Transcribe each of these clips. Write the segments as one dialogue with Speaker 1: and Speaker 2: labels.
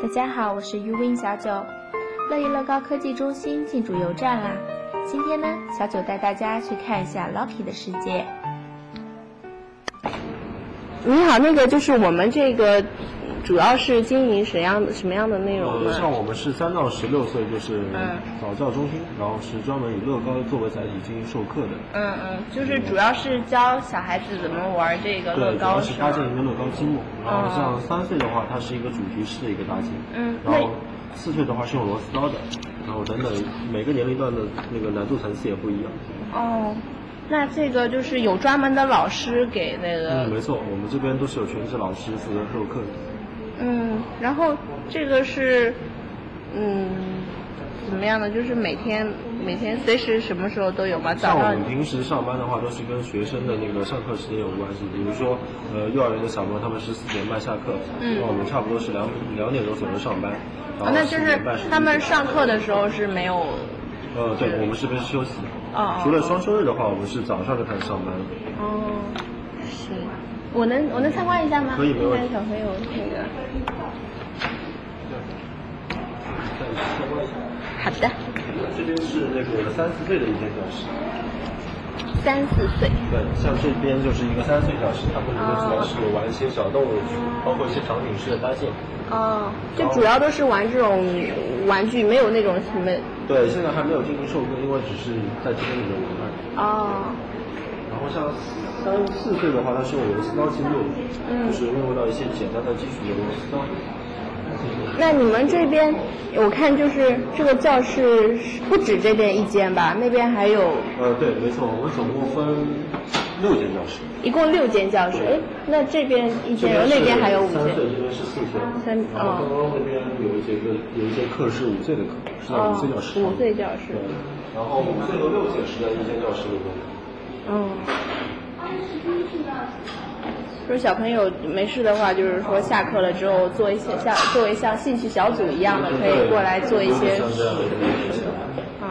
Speaker 1: 大家好，我是余温小九。乐意乐高科技中心进驻油站啦！今天呢，小九带大家去看一下 Loki 的世界。
Speaker 2: 你好，那个就是我们这个主要是经营什么样的什么样的内容
Speaker 3: 呃，
Speaker 2: 呢？
Speaker 3: 像我们是三到十六岁就是
Speaker 2: 嗯
Speaker 3: 早教中心，然后是专门以乐高作为载体进行授课的。
Speaker 2: 嗯嗯，就是主要是教小孩子怎么玩这个乐
Speaker 3: 对，主要
Speaker 2: 高
Speaker 3: 是
Speaker 2: 是
Speaker 3: 搭
Speaker 2: 吗？
Speaker 3: 建一个乐高积木，然
Speaker 2: 哦
Speaker 3: 后像三岁的话，它是一个主题式的一个搭建，
Speaker 2: 嗯
Speaker 3: 然后四岁的话是用螺丝刀的，然后等等，每个年龄段的那个难度层次也不一样。
Speaker 2: 哦，那这个就是有专门的老师给那
Speaker 3: 嗯，
Speaker 2: 个
Speaker 3: 没错，我们这边都是有全职老师负责授课的。
Speaker 2: 嗯然后这个是嗯怎么样呢？就是每天每天随时什么时候都有吗？
Speaker 3: 像
Speaker 2: 早
Speaker 3: 我
Speaker 2: 上
Speaker 3: 们平时上班的话，都是跟学生的那个上课时间有关系。比如说，呃，幼儿园的小朋友他们是四点半下课，
Speaker 2: 嗯
Speaker 3: 那我们差不多是两两点钟左右上班，然
Speaker 2: 哦
Speaker 3: 后、
Speaker 2: 那就是
Speaker 3: 4:30是
Speaker 2: 他们上课的时候是没有
Speaker 3: 呃，对我们这边是休息。
Speaker 2: 哦
Speaker 3: 除了双休日的话，我们是早上就开始上班。
Speaker 2: 哦，是，我能我能参观一下吗？
Speaker 3: 可以没问题
Speaker 2: 看小朋友那个。好的，
Speaker 3: 这边是那个三四岁的一间教室，
Speaker 2: 三四岁。
Speaker 3: 对，像这边就是一个三岁教室，他们里面主要是有玩一些小动物，包括一些场景式的搭建。
Speaker 2: 哦，就主要都是玩这种玩具，没有那种什么
Speaker 3: 对，现在还没有进行授课，因为只是在这边里面玩。
Speaker 2: 哦，
Speaker 3: 然后像三四岁的话，他是用螺丝刀进入，
Speaker 2: 嗯
Speaker 3: 就是运用到一些简单的基础的螺丝刀。
Speaker 2: 那你们这边，我看就是这个教室是不止这边一间吧，那边还有
Speaker 3: 呃，对，没错，我们总共分六间教室，
Speaker 2: 一共六间教室。哎，那这边一间，
Speaker 3: 这
Speaker 2: 那边
Speaker 3: 是
Speaker 2: 还有五
Speaker 3: 三
Speaker 2: 间
Speaker 3: 岁，。这边是四岁，
Speaker 2: 三哦
Speaker 3: 然后刚刚那边有一节课，有一节课是五岁的课，是在五岁教室。
Speaker 2: 哦五岁教室
Speaker 3: 对，然后五岁和六岁是在一间教室里面。
Speaker 2: 嗯。就是小朋友没事的话，就是说下课了之后做一些像作为像兴趣小组一样的，可以过来做一些
Speaker 3: 像这样的一个学习。
Speaker 2: 嗯，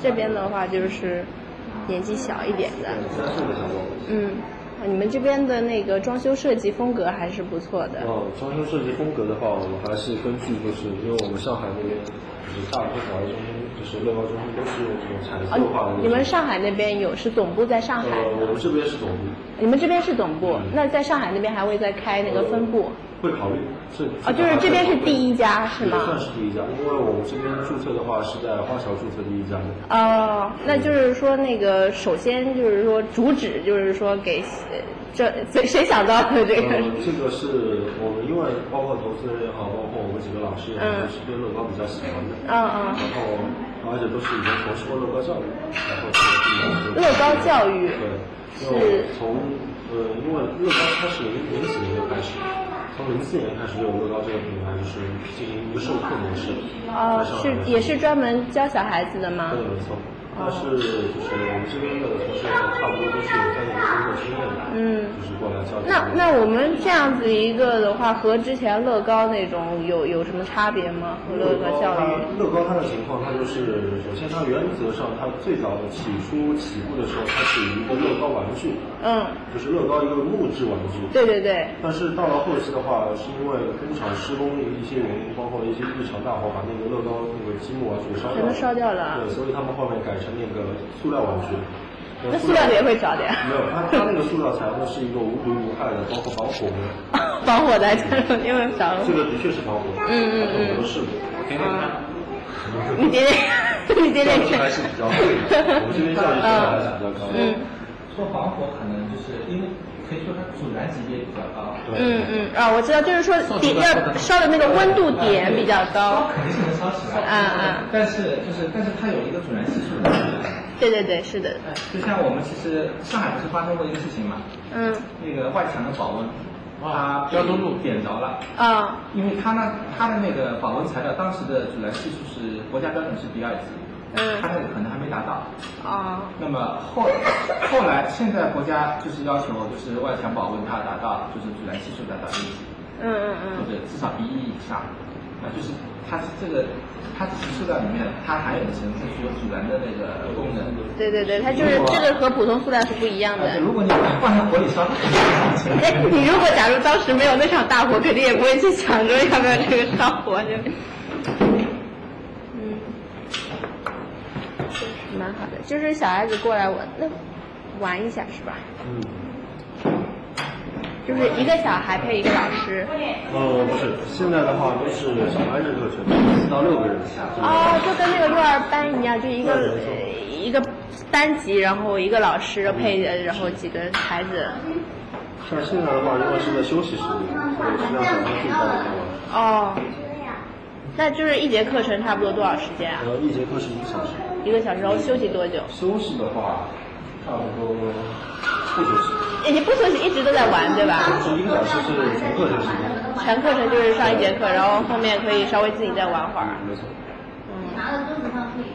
Speaker 2: 这边的话就是年纪小一点的
Speaker 3: 对，，三岁的小朋友。
Speaker 2: 嗯，啊你们这边的那个装修设计风格还是不错的，
Speaker 3: 哦，装修设计风格的话，我们还是根据就是因为我们上海那边就是大部分小学中心就是乐高中心都是用这种彩色化的
Speaker 2: 哦
Speaker 3: 那种。，
Speaker 2: 你们上海那边有是总部在上海，
Speaker 3: 呃，我们这边是总部
Speaker 2: 你们这边是总部
Speaker 3: 嗯，
Speaker 2: 那在上海那边还会再开那个分部，
Speaker 3: 呃会考虑是
Speaker 2: 哦，就是这边是第一家是
Speaker 3: 也算
Speaker 2: 吗？
Speaker 3: 是第一家，因为我们这边注册的话是在花桥注册第一家的。
Speaker 2: 哦，那就是说那个首先就是说主旨就是说给这谁谁想到的这
Speaker 3: 呃
Speaker 2: 个，
Speaker 3: 这个是我们因为包括投资人也好，包括我们几个老师也好，都是对乐高比较喜欢的，
Speaker 2: 嗯嗯
Speaker 3: 然后而且都是已经从事过乐高教育，然后这个
Speaker 2: 乐高教育
Speaker 3: 对，因为我从呃，因为乐高它是零零几年就开始，从零四年开始就有乐高这个品牌，就是进行一个授课模式。
Speaker 2: 哦，
Speaker 3: 在上海
Speaker 2: 是也是专哦门教小孩子的吗？
Speaker 3: 对，没错。但是就是我们这边的同学们差不多都是有三年的工作经验的，
Speaker 2: 嗯
Speaker 3: 就是过来教育。
Speaker 2: 那那我们这样子一个的话，和之前乐高那种有有什么差别吗？和乐高教育？
Speaker 3: 它乐高它的情况，它就是呃首先它原则上它最早的起初起步的时候，它是一个乐高玩具，
Speaker 2: 嗯，
Speaker 3: 就是乐高一个木质玩具。
Speaker 2: 对对对，
Speaker 3: 但是到了后期的话，是因为工厂施工的一些原因，包括一些日常大火把那个乐高那个积木玩具给烧
Speaker 2: 全
Speaker 3: 掉了，
Speaker 2: 都烧掉了
Speaker 3: 对，所以他们后面改成那个塑料玩具。嗯
Speaker 2: 那塑料的也会少点，
Speaker 3: 没有，它它那个塑料材料是一个无毒无害的，包括防火的。
Speaker 2: 防火的，因为少了
Speaker 3: 这。个的确是防火，
Speaker 2: 嗯嗯嗯
Speaker 3: 我们都试过，点点看，
Speaker 2: 你点点， 你点
Speaker 3: 教
Speaker 2: 点
Speaker 3: 育还是比较贵的，我们这边教育成本还是比较高的，
Speaker 2: 嗯
Speaker 4: 说防火可能就是因为可以说它阻燃级别比较高，
Speaker 2: 嗯嗯啊，我知道，就是说
Speaker 4: 烧出来
Speaker 2: 点要烧的那个温度点比较高
Speaker 4: 烧。肯定是能烧起来，
Speaker 2: 嗯嗯
Speaker 4: 但是就是但是它有一个阻燃系数的，
Speaker 2: 对对对，是的，
Speaker 4: 哎就像我们其实上海不是发生过一个事情嘛，
Speaker 2: 嗯
Speaker 4: 那个外墙的保温，它标准路点着了。
Speaker 2: 啊
Speaker 4: 因为它那它的那个保温材料，当时的阻燃系数是国家标准是 B 二级，
Speaker 2: 嗯
Speaker 4: 它那个可能还没达到。
Speaker 2: 啊
Speaker 4: 那么后后来现在国家就是要求，就是外墙保温它达到，就是阻燃系数达到一级，
Speaker 2: 嗯嗯
Speaker 4: 或
Speaker 2: 嗯
Speaker 4: 者至少 B 一以上。啊，就是它是这个，它只是塑料里面它含有的成分是有阻燃的那个功能。
Speaker 2: 对对对，它就是这个和普通塑料是不一样
Speaker 4: 而
Speaker 2: 的。
Speaker 4: 且如果你把它放在火里烧，它肯定不成
Speaker 2: 哎，你如果假如当时没有那场大火，肯定也不会去想着要不要这个上火，就，嗯，就是蛮好的。就是小孩子过来玩，那玩一下是吧？
Speaker 3: 嗯，
Speaker 2: 就是一个小孩配一个老师。
Speaker 3: 呃，不是，现在的话都是小班制课程，四到六个人下。
Speaker 2: 哦，就跟那个幼儿班一样，就一个
Speaker 3: 对没错
Speaker 2: 呃一个班级，然后一个老师配，呃然后几个孩子。
Speaker 3: 但是现在的话，因为是在休息时间，所以实际上小孩自己在里面玩。
Speaker 2: 哦，那就是一节课程差不多多少时间啊？
Speaker 3: 呃，一节课是一个小时，
Speaker 2: 一个小时，然后休息多久？
Speaker 4: 休息的话，差不多
Speaker 3: 不休息，
Speaker 2: 哎你不休息，一直都在玩，对吧？
Speaker 3: 是一个小时是全课程时间。
Speaker 2: 全课程就是上一节课，然后后面可以稍微自己再玩会儿。
Speaker 3: 没错。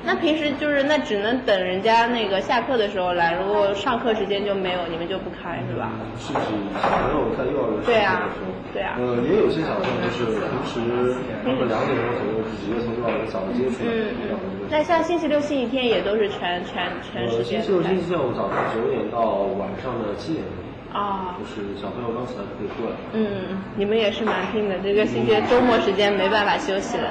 Speaker 2: 那平时就是那只能等人家那个下课的时候来，如果上课时间就没有，你们就不开是吧？
Speaker 3: 是指小朋友在幼儿园上课的时候
Speaker 2: 对啊对啊
Speaker 3: 呃，也有些小朋友就是平时他们两点钟左右就直接从幼儿园早上接出
Speaker 2: 嗯
Speaker 3: 来，
Speaker 2: 嗯
Speaker 3: 这样的一个。
Speaker 2: 那像星期六、星期天也都是全全全时
Speaker 3: 呃，星
Speaker 2: 间
Speaker 3: 期六、
Speaker 2: 的
Speaker 3: 星期天我们早上九点到晚上的七点钟，
Speaker 2: 啊
Speaker 3: 就。是小朋友刚起来就可以过来。
Speaker 2: 嗯，你们也是蛮拼的，这个星期周末时间没办法休息了。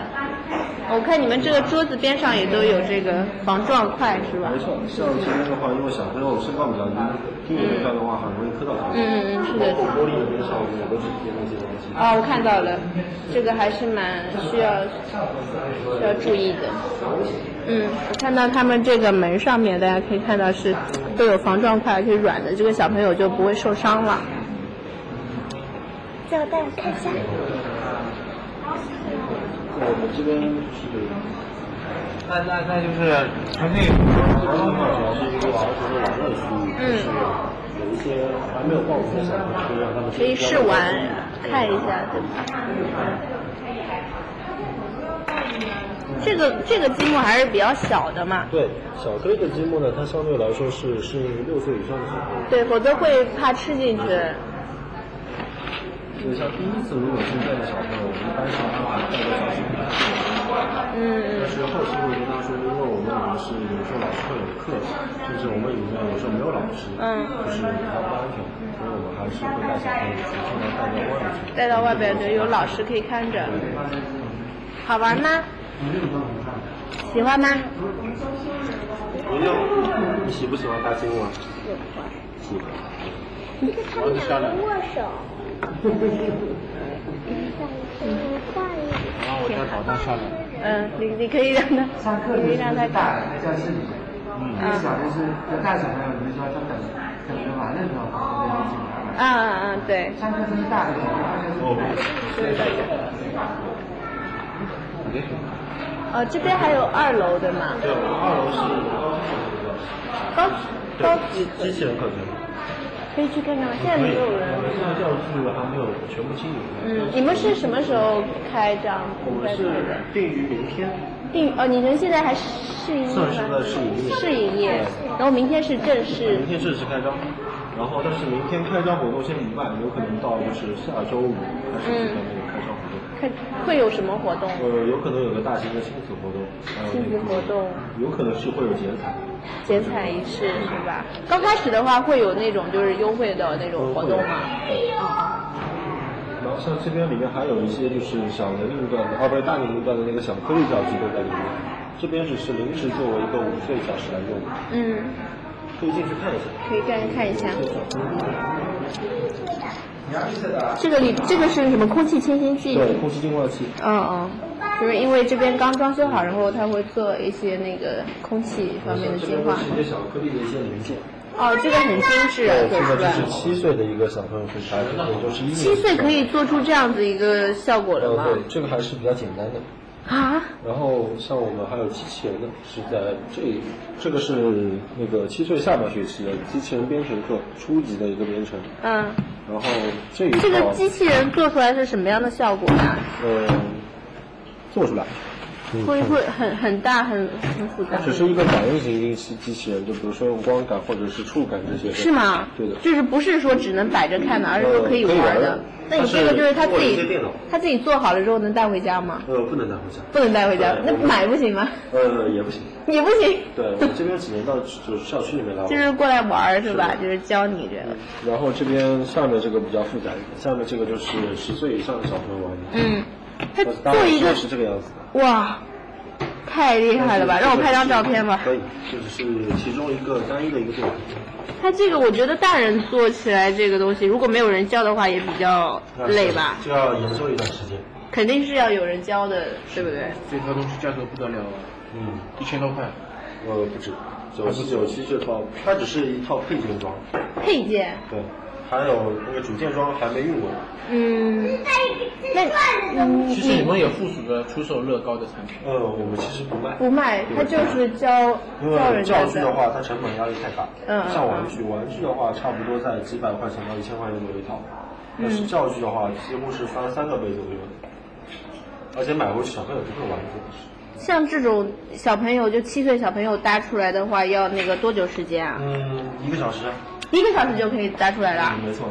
Speaker 2: 我看你们这个桌子边上也都有这个防撞块是吧
Speaker 3: 没？错，像这边的话，因为小朋友身高比较低，低一点的话很容易磕到他们。
Speaker 2: 嗯嗯是的
Speaker 3: 包括玻璃的边上，我们也都是贴那些东西。
Speaker 2: 啊，我看到了，这个还是蛮需要需要注意的。嗯，我看到他们这个门上面，大家可以看到是都有防撞块，而且软的，这个小朋友就不会受伤了。
Speaker 1: 再带我看一下。
Speaker 3: 我们这边就是
Speaker 5: 那那那就是从
Speaker 4: 嗯
Speaker 5: 那
Speaker 3: 这边
Speaker 5: 个
Speaker 3: 的话，主要是一个儿童的玩乐区，就是有一些还没有报名的小朋友，可以让他们
Speaker 2: 可以试玩看一下，对吧？这个这个积木还是比较小的嘛，
Speaker 3: 对，小推的积木呢，它相对来说是适应于六岁以上的小朋友。
Speaker 2: 对，否则会怕吃进去。嗯
Speaker 3: 就像第一次如果是带着小朋友，我们一般是安排带个小型的。
Speaker 2: 嗯
Speaker 3: 但是后期会跟他说，因为我们里面是有时候老师会有课，甚至我们里面有时候没有老师，
Speaker 2: 嗯
Speaker 3: 就是比较不安全，所以我们还是会带小朋友出去，尽量带到外面
Speaker 2: 带到外边
Speaker 3: 去。
Speaker 2: 就有老师可以看着，好玩吗？喜欢吗？
Speaker 3: 你要你喜不喜欢搭积木啊？喜欢。
Speaker 6: 这个他们两个握手。画一
Speaker 5: 然后我再找他商量。
Speaker 2: 嗯，你你可以让他，
Speaker 4: 上课
Speaker 2: 你可以
Speaker 4: 的时
Speaker 2: 让
Speaker 4: 候
Speaker 2: 他
Speaker 4: 是大
Speaker 2: 打。
Speaker 4: 人在教室里，嗯，
Speaker 2: 嗯
Speaker 4: 小的是和大小朋友，你们说他等等着玩的时候，他们一起玩嘛。
Speaker 2: 嗯嗯嗯，对，
Speaker 4: 上课都是大人，上课是
Speaker 2: 对对对。哦，这边还有二楼的嘛？
Speaker 3: 对，我们二楼是高级
Speaker 2: 高高
Speaker 3: 机机器人课程。
Speaker 2: 可以去看看吗？现在没有人
Speaker 3: 我。们现在教室还没有全部清理。
Speaker 2: 嗯，你们是什么时候开这样
Speaker 3: 我
Speaker 2: 公开
Speaker 3: 们是
Speaker 2: 课的？
Speaker 3: 定于明天，
Speaker 2: 定哦，你们现在还试营业
Speaker 3: 算是
Speaker 2: 吗
Speaker 3: 在？试营业。
Speaker 2: 试营业，然后明天是正式
Speaker 3: 明。天正式开张，然后但是明天开张活动先不办，有可能到就是下周五开始举办那个开张活动。
Speaker 2: 看会有什么活动？
Speaker 3: 呃，有可能有个大型的亲子活动，还有那
Speaker 2: 亲子
Speaker 3: 个
Speaker 2: 活动
Speaker 3: 有可能是会有剪彩，
Speaker 2: 剪彩仪式是吧？刚开始的话会有那种就是优惠的那种活动吗？
Speaker 3: 然后像这边里面还有一些就是小年龄段的，哦不是大年龄段的那个小颗粒教具都在里面。这边只是临时作为一个午睡小时来用，
Speaker 2: 嗯，
Speaker 3: 可以进去看一下。
Speaker 2: 可以看看一下。
Speaker 4: 你要绿色的啊。
Speaker 2: 这个里这个是什么空气清新剂？
Speaker 3: 对，空气净化器。
Speaker 2: 嗯嗯，就是因为这边刚装修好，然后它会做一些那个空气方面的
Speaker 3: 这
Speaker 2: 净
Speaker 3: 边都
Speaker 2: 化。
Speaker 3: 是一些小颗粒的一些零件。
Speaker 2: 哦，这个很精致啊，
Speaker 3: 对，
Speaker 2: 做
Speaker 3: 这
Speaker 2: 出
Speaker 3: 个
Speaker 2: 来
Speaker 3: 就。是七岁的一个小朋友可以搭配，也就是一
Speaker 2: 七岁可以
Speaker 3: 做。
Speaker 2: 做出这样子一个效果了
Speaker 3: 呃，
Speaker 2: 吗？
Speaker 3: 对，这个还是比较简单的。
Speaker 2: 啊，
Speaker 3: 然后像我们还有机器人的，是在这这个是那个七岁下半学期的机器人编程课初级的一个编程。
Speaker 2: 嗯，
Speaker 3: 然后这一套
Speaker 2: 这个机器人做出来是什么样的效果啊？
Speaker 3: 呃做出来，
Speaker 2: 会会很很大很很复杂
Speaker 3: 它。只是一个感应型机器机器人，就比如说用光感或者是触感这些的。
Speaker 2: 是吗？
Speaker 3: 对的。嗯
Speaker 2: 就是不是说只能摆着看的，而是说可以
Speaker 3: 可以
Speaker 2: 玩
Speaker 3: 玩
Speaker 2: 的
Speaker 3: 的。
Speaker 2: 那你这个就是他自己
Speaker 3: 它是握着一些电脑
Speaker 2: 他自己做好了之后能带回家吗？
Speaker 3: 呃，不能带回家。
Speaker 2: 不能带回家，那
Speaker 3: 对
Speaker 2: 买不行吗？
Speaker 3: 呃，也不行。
Speaker 2: 也不行。
Speaker 3: 对，我们这边只能到就是校区里面来玩。
Speaker 2: 就是过来玩儿是吧？
Speaker 3: 哦
Speaker 2: 就
Speaker 3: 是的
Speaker 2: 是教你这个。
Speaker 3: 然后这边下面这个比较复杂一点，下面这个就是十岁以上的小朋友玩的。
Speaker 2: 嗯，他
Speaker 3: 那当
Speaker 2: 做
Speaker 3: 然
Speaker 2: 一个
Speaker 3: 是这个样子的。
Speaker 2: 哇，太厉害了吧！让我拍张照片吧。
Speaker 3: 可以，这只是其中一个单一的一个作品，
Speaker 2: 他这个我觉得大人做起来这个东西，如果没有人教的话，也比较累吧？
Speaker 3: 就要研究一段时间。
Speaker 2: 肯定是要有人教的，对不对？
Speaker 5: 这套东西价格不得了啊，
Speaker 3: 嗯，
Speaker 5: 一千多块。
Speaker 3: 呃，不止，九七九七这套，它只是一套配件装，
Speaker 2: 配件，
Speaker 3: 对，还有那个主件装还没用过。
Speaker 2: 嗯，那嗯
Speaker 5: 其实你们也附属了出售乐高的产品，
Speaker 3: 嗯，我们其实不卖，
Speaker 2: 不卖，他就是教
Speaker 3: 因
Speaker 2: 教人
Speaker 3: 为
Speaker 2: 家
Speaker 3: 教具的话，它成本压力太大。
Speaker 2: 嗯
Speaker 3: 像玩具，玩具的话，差不多在几百块钱到一千块钱左右一套。
Speaker 2: 嗯
Speaker 3: 但是教具的话，几乎是翻三个倍左右。而且买回去小朋友不会玩，真的是。
Speaker 2: 像这种小朋友，就七岁小朋友搭出来的话，要那个多久时间啊？
Speaker 3: 嗯，一个小时。
Speaker 2: 一个小时就可以搭出来了。
Speaker 3: 嗯没错。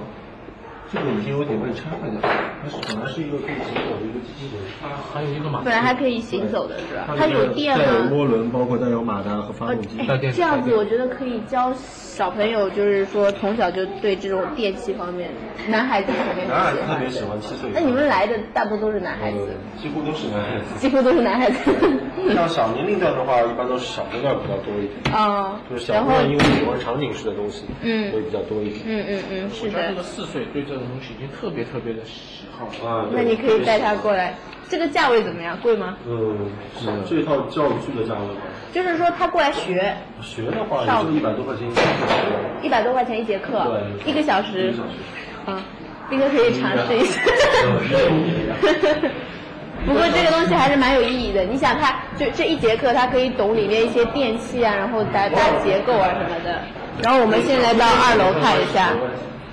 Speaker 3: 这个已经有点被拆分了，它是本来是一个可以行走的一个机器人。
Speaker 5: 它还有一
Speaker 3: 嗯
Speaker 5: 个马
Speaker 2: 本来还可以行走的是吧？嗯它有电
Speaker 3: 带有
Speaker 2: 吗？
Speaker 3: 涡轮，包括带有马达和发
Speaker 2: 呃
Speaker 3: 动机。
Speaker 2: 哎
Speaker 5: 带电
Speaker 2: 这样子我觉得可以教小朋友，就是说从小就对这种电器方面，男孩子肯定
Speaker 3: 男孩
Speaker 2: 很
Speaker 3: 子
Speaker 2: 喜欢。
Speaker 3: 特别喜欢七岁。
Speaker 2: 那你们来的大多都是男孩子，
Speaker 3: 呃，几乎都是男孩子。
Speaker 2: 几乎都是男 孩子。
Speaker 3: 像小年龄段的话，一般都是小朋友比较多一点。
Speaker 2: 啊、
Speaker 3: 就是小
Speaker 2: 然后
Speaker 3: 朋友因为喜欢场景式的东西，
Speaker 2: 嗯
Speaker 3: 会比较多一点。
Speaker 2: 嗯嗯嗯，是
Speaker 5: 我家这个
Speaker 2: 的。
Speaker 5: 四岁对这种东西已经特别特别的喜好了。
Speaker 3: 啊，对
Speaker 2: 那你可以带他过。来，这个价位怎么样？贵吗？
Speaker 3: 嗯，是的这套教具的价位吧，
Speaker 2: 就是说他过来学，
Speaker 3: 学的话
Speaker 2: 上
Speaker 3: 也就一百多块钱一个小
Speaker 2: 一百多块钱一节课，
Speaker 3: 对
Speaker 2: 一个小
Speaker 3: 时，一
Speaker 2: 时
Speaker 3: 个小时。
Speaker 2: 啊，应该可以尝试一下。
Speaker 3: 嗯
Speaker 2: 不过这个东西还是蛮有意义的。你想他，就这一节课，他可以懂里面一些电器啊，然后搭搭结构啊什么的。然后我们现在到二楼看一下，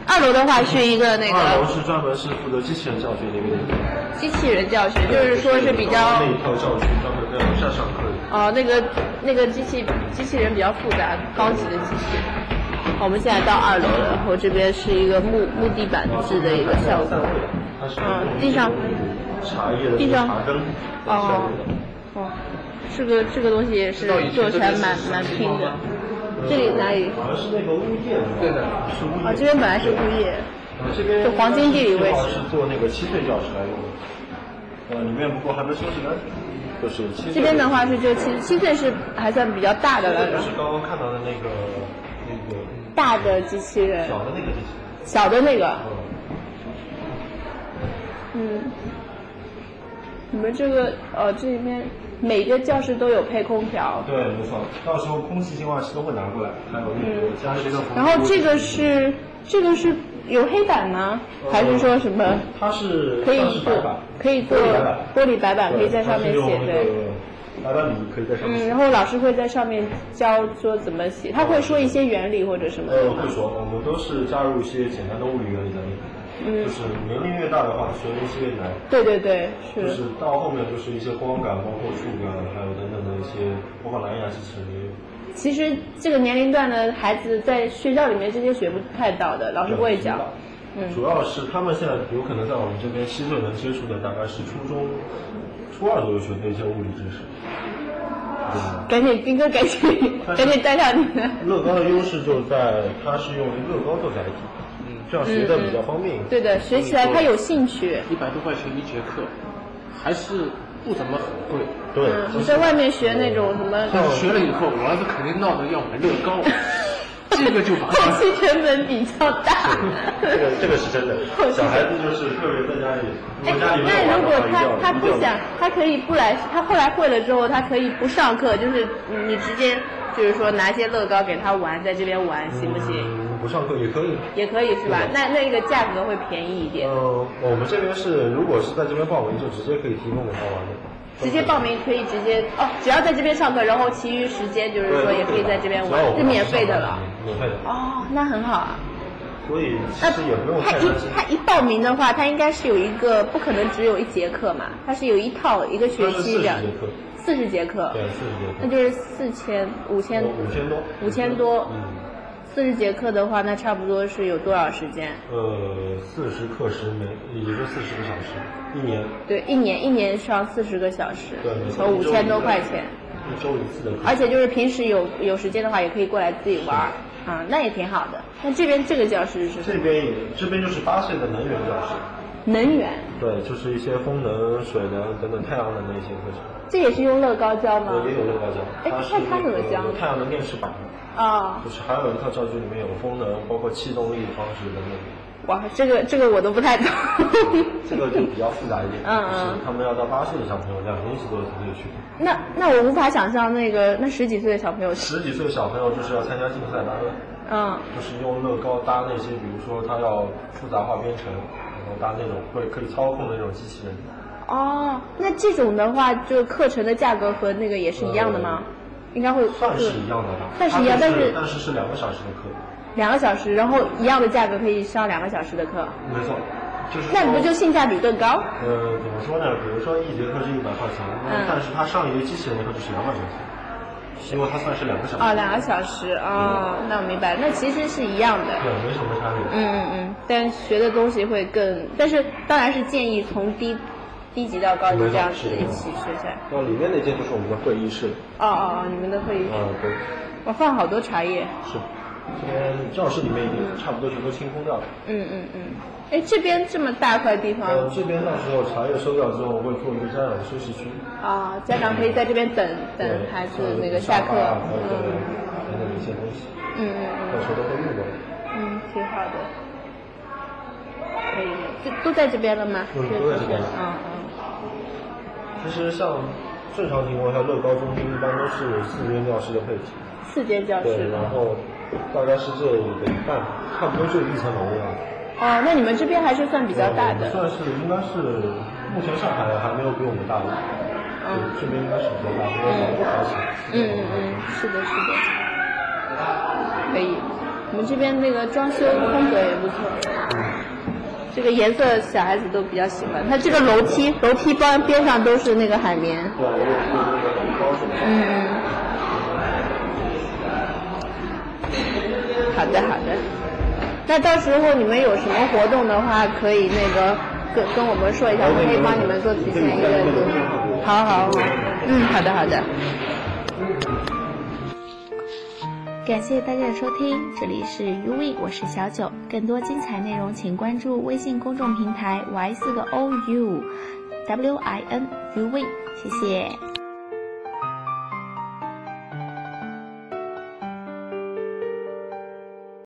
Speaker 2: 二楼的话是一个那
Speaker 3: 二楼
Speaker 2: 个
Speaker 3: 是专门是负责机器人教学的一个地方，
Speaker 2: 机器人教学，就是说是比较
Speaker 3: 那一套教具专门在楼下上课的。
Speaker 2: 哦，那个那个机器机器人比较复杂，高级的机器人。我们现在到二楼了，然后这边是一个木木地板制的一个效果。
Speaker 3: 它是
Speaker 2: 嗯地上
Speaker 3: 茶叶的
Speaker 2: 地上
Speaker 3: 茶灯，
Speaker 2: 哦哦，这个这个东西也是做起来蛮蛮拼的。这里哪里？
Speaker 3: 嗯好像是那个物业是吧？
Speaker 5: 对的
Speaker 3: 是物业。
Speaker 2: 哦，这边本来是物业。
Speaker 3: 呃这边
Speaker 2: 就黄金地理位置
Speaker 3: 这套是做那个七岁教室来用的，呃，里面不过还没收拾干净，就是七岁
Speaker 2: 这边的话是就七七岁是还算比较大的
Speaker 3: 这个
Speaker 2: 了
Speaker 3: 就，是刚刚看到的那个那个
Speaker 2: 大的机器人，
Speaker 3: 小的那个机器
Speaker 2: 小的那个
Speaker 3: 人，，
Speaker 2: 嗯。你们这个呃，这里面每个教室都有配空调，
Speaker 3: 对，没错，到时候空气净化器都会拿过来，还有那个家里的。
Speaker 2: 然后这个是这个是有黑板吗？还是说什么
Speaker 3: 它是
Speaker 2: 可以
Speaker 3: 它是呃白
Speaker 2: 做
Speaker 3: 板，
Speaker 2: 可以做
Speaker 3: 玻璃白板
Speaker 2: 玻璃白板，可以
Speaker 3: 对
Speaker 2: 在上面
Speaker 3: 它是
Speaker 2: 写
Speaker 3: 用那
Speaker 2: 对。
Speaker 3: 个白板笔可以在上
Speaker 2: 嗯，
Speaker 3: 面写。
Speaker 2: 然后老师会在上面教说怎么写，他会说一些原理或者什么
Speaker 3: 呃
Speaker 2: 的，吗
Speaker 3: 会？说，我们都是加入一些简单的物理原理在里面。
Speaker 2: 嗯
Speaker 3: 就是年龄越大的话，学的东西越难。
Speaker 2: 对对对，
Speaker 3: 就是是到后面就是一些光感，包括触感，还有等等的一些，包括蓝牙机器人也有。
Speaker 2: 其实这个年龄段的孩子在学校里面这些学不太到的，老师不会教。啊嗯
Speaker 3: 主要是他们现在有可能在我们这边七岁能接触的，大概是初中、初二左右学的一些物理知识。对
Speaker 2: 赶紧，斌哥，赶紧，
Speaker 3: 但是
Speaker 2: 赶紧带上你的。
Speaker 3: 乐高的优势就在它是用乐高做载体，嗯，这样学的比较方便一点。
Speaker 2: 对的，学起来他有兴趣。
Speaker 5: 一百多块钱一节课，还是不怎么很贵。
Speaker 3: 对，
Speaker 2: 嗯，你在外面学那种什么？
Speaker 5: 但是学了以后，我儿子肯定闹着要买乐高，这个就把
Speaker 2: 后期成本比较大。
Speaker 3: 这 个这个是真的，小孩子就是特别在家里，如
Speaker 2: 哎
Speaker 3: 果家里没有
Speaker 2: 那
Speaker 3: 玩
Speaker 2: 如果
Speaker 3: 的话，一定
Speaker 2: 他
Speaker 3: 要
Speaker 2: 他不
Speaker 3: 一定
Speaker 2: 想
Speaker 3: 要，
Speaker 2: 他可以不来，他后来会了之后，他可以不上课，就是你直接就是说拿些乐高给他玩，在这边玩，行不行？
Speaker 3: 嗯不上课也可以。
Speaker 2: 也可以是吧
Speaker 3: 对？的
Speaker 2: 那那个价格会便宜一点，
Speaker 3: 呃，我们这边是，如果是在这边报名，就直接可以提供给他玩的。
Speaker 2: 直接报名可以直接哦，只要在这边上课，然后其余时间就
Speaker 3: 对，
Speaker 2: 是说也
Speaker 3: 都
Speaker 2: 可以在这边玩
Speaker 3: 只要我，们
Speaker 2: 是免费的了
Speaker 3: 上。班免费的。
Speaker 2: 哦，那很好啊。
Speaker 3: 所以其
Speaker 2: 那
Speaker 3: 实也不用
Speaker 2: 他
Speaker 3: 太
Speaker 2: 一
Speaker 3: 担心。
Speaker 2: 他一报名的话，他应该是有一个不可能只有一节课嘛，他是有一套一个学
Speaker 3: 它是
Speaker 2: 期
Speaker 3: 40
Speaker 2: 这样
Speaker 3: 节课。
Speaker 2: 四十节课，
Speaker 3: 对，四十节课，
Speaker 2: 那就是四千五千
Speaker 3: 五千多，
Speaker 2: 五千多。
Speaker 3: 嗯，
Speaker 2: 四十节课的话，那差不多是有多少时间？
Speaker 3: 呃，四十课时每，也就四十个小时，一年
Speaker 2: 对，一年一年上四十个小时
Speaker 3: 对没，错
Speaker 2: 和五千多块钱，
Speaker 3: 一周一次的课，
Speaker 2: 而且就是平时有有时间的话，也可以过来自己玩儿啊，那也挺好的。那这边这个教室是什
Speaker 3: 这
Speaker 2: 么？
Speaker 3: 边也这边就是八岁的能源教室，
Speaker 2: 能源，
Speaker 3: 对，就是一些风能、水能等等太阳能的一些课程，
Speaker 2: 这也是用乐高教吗
Speaker 3: 我？也有乐高教，
Speaker 2: 哎
Speaker 3: 它是
Speaker 2: 太太
Speaker 3: 那个
Speaker 2: 有教了
Speaker 3: 太阳能电池板的。
Speaker 2: 啊、
Speaker 3: 就是还有一套教具里面有风能，包括气动力方式等等，
Speaker 2: 哇，这个这个我都不太懂。
Speaker 3: 这个就比较复杂一点。
Speaker 2: 嗯嗯
Speaker 3: 就是他们要到八岁的小朋友，两年级左右才可以去。
Speaker 2: 那那我无法想象那个那十几岁的小朋友，
Speaker 3: 十几岁小朋友就是要参加竞赛的，
Speaker 2: 嗯，
Speaker 3: 就是用乐高搭那些，比如说他要复杂化编程，然后搭那种会可以操控的那种机器人。
Speaker 2: 哦，那这种的话，就课程的价格和那个也是一样的吗？应该会
Speaker 3: 呃算是一样的吧，
Speaker 2: 算是一样，
Speaker 3: 它
Speaker 2: 但
Speaker 3: 就是但是是两个小时的课，
Speaker 2: 两个小时，然后一样的价格可以上两个小时的课，
Speaker 3: 没错，就是
Speaker 2: 那不
Speaker 3: 说
Speaker 2: 就性价比更高？
Speaker 3: 呃怎么说呢？比如说一节课是一百块钱，
Speaker 2: 嗯
Speaker 3: 但是他上一节机器人的课就是两百块钱，因为它算是两个小时。
Speaker 2: 哦，两个小时哦，那我明白了，那其实是一样的。
Speaker 3: 嗯对，没什么差别。
Speaker 2: 嗯嗯嗯，但学的东西会更，但是当然是建议从低低级到高级
Speaker 3: 没错
Speaker 2: 这样子
Speaker 3: 是的
Speaker 2: 一起学起来。
Speaker 3: 然后里面那间就是我们的会议室。
Speaker 2: 哦哦哦，你们的会议室，
Speaker 3: 嗯，对，
Speaker 2: 我放好多茶叶。
Speaker 3: 是。这边教室里面已经差不多全都清空掉了。
Speaker 2: 嗯嗯嗯，哎，这边这么大块地方
Speaker 3: 呃，这边到时候茶叶收掉之后，会做一个家长休息区。
Speaker 2: 啊、家长可以在这边等等
Speaker 3: 对
Speaker 2: 孩子
Speaker 3: 还有
Speaker 2: 那个
Speaker 3: 沙
Speaker 2: 下
Speaker 3: 发
Speaker 2: 课。
Speaker 3: 啊还有这个
Speaker 2: 嗯
Speaker 3: 等等一些东西，
Speaker 2: 嗯嗯
Speaker 3: 到时候都会用到的。
Speaker 2: 嗯嗯，挺好的。可以，这都在这边了吗？
Speaker 3: 嗯
Speaker 2: 是
Speaker 3: 都在这边了
Speaker 2: 嗯嗯。
Speaker 3: 其实像正常情况下，乐高中心一般都是四间教室的配置。
Speaker 2: 四间教
Speaker 3: 对，
Speaker 2: 室。
Speaker 3: 然后大概是这里的一半，差不多就一层楼的样子。
Speaker 2: 哦，那你们这边还是算比较大
Speaker 3: 嗯
Speaker 2: 的。
Speaker 3: 算是应该是目前上海还没有比我们大的，
Speaker 2: 嗯
Speaker 3: 对这边应该是比较大，因为房子还行。
Speaker 2: 嗯嗯嗯，是的，是的。可以，我们这边那个装修风格也不错。
Speaker 3: 嗯
Speaker 2: 这个颜色小孩子都比较喜欢。它这个楼梯，楼梯边边上都是那个海绵。
Speaker 3: 对，我有对那个很高兴。
Speaker 2: 嗯，嗯，好的好的，那到时候你们有什么活动的话，可以那个跟跟我们说一下，我们可以帮你们做提前预约的。好好好，嗯，好的好的。
Speaker 1: 感谢大家的收听，这里是 UV，我是小九。更多精彩内容，请关注微信公众平台 Y 四个 O U W I N UV，谢谢。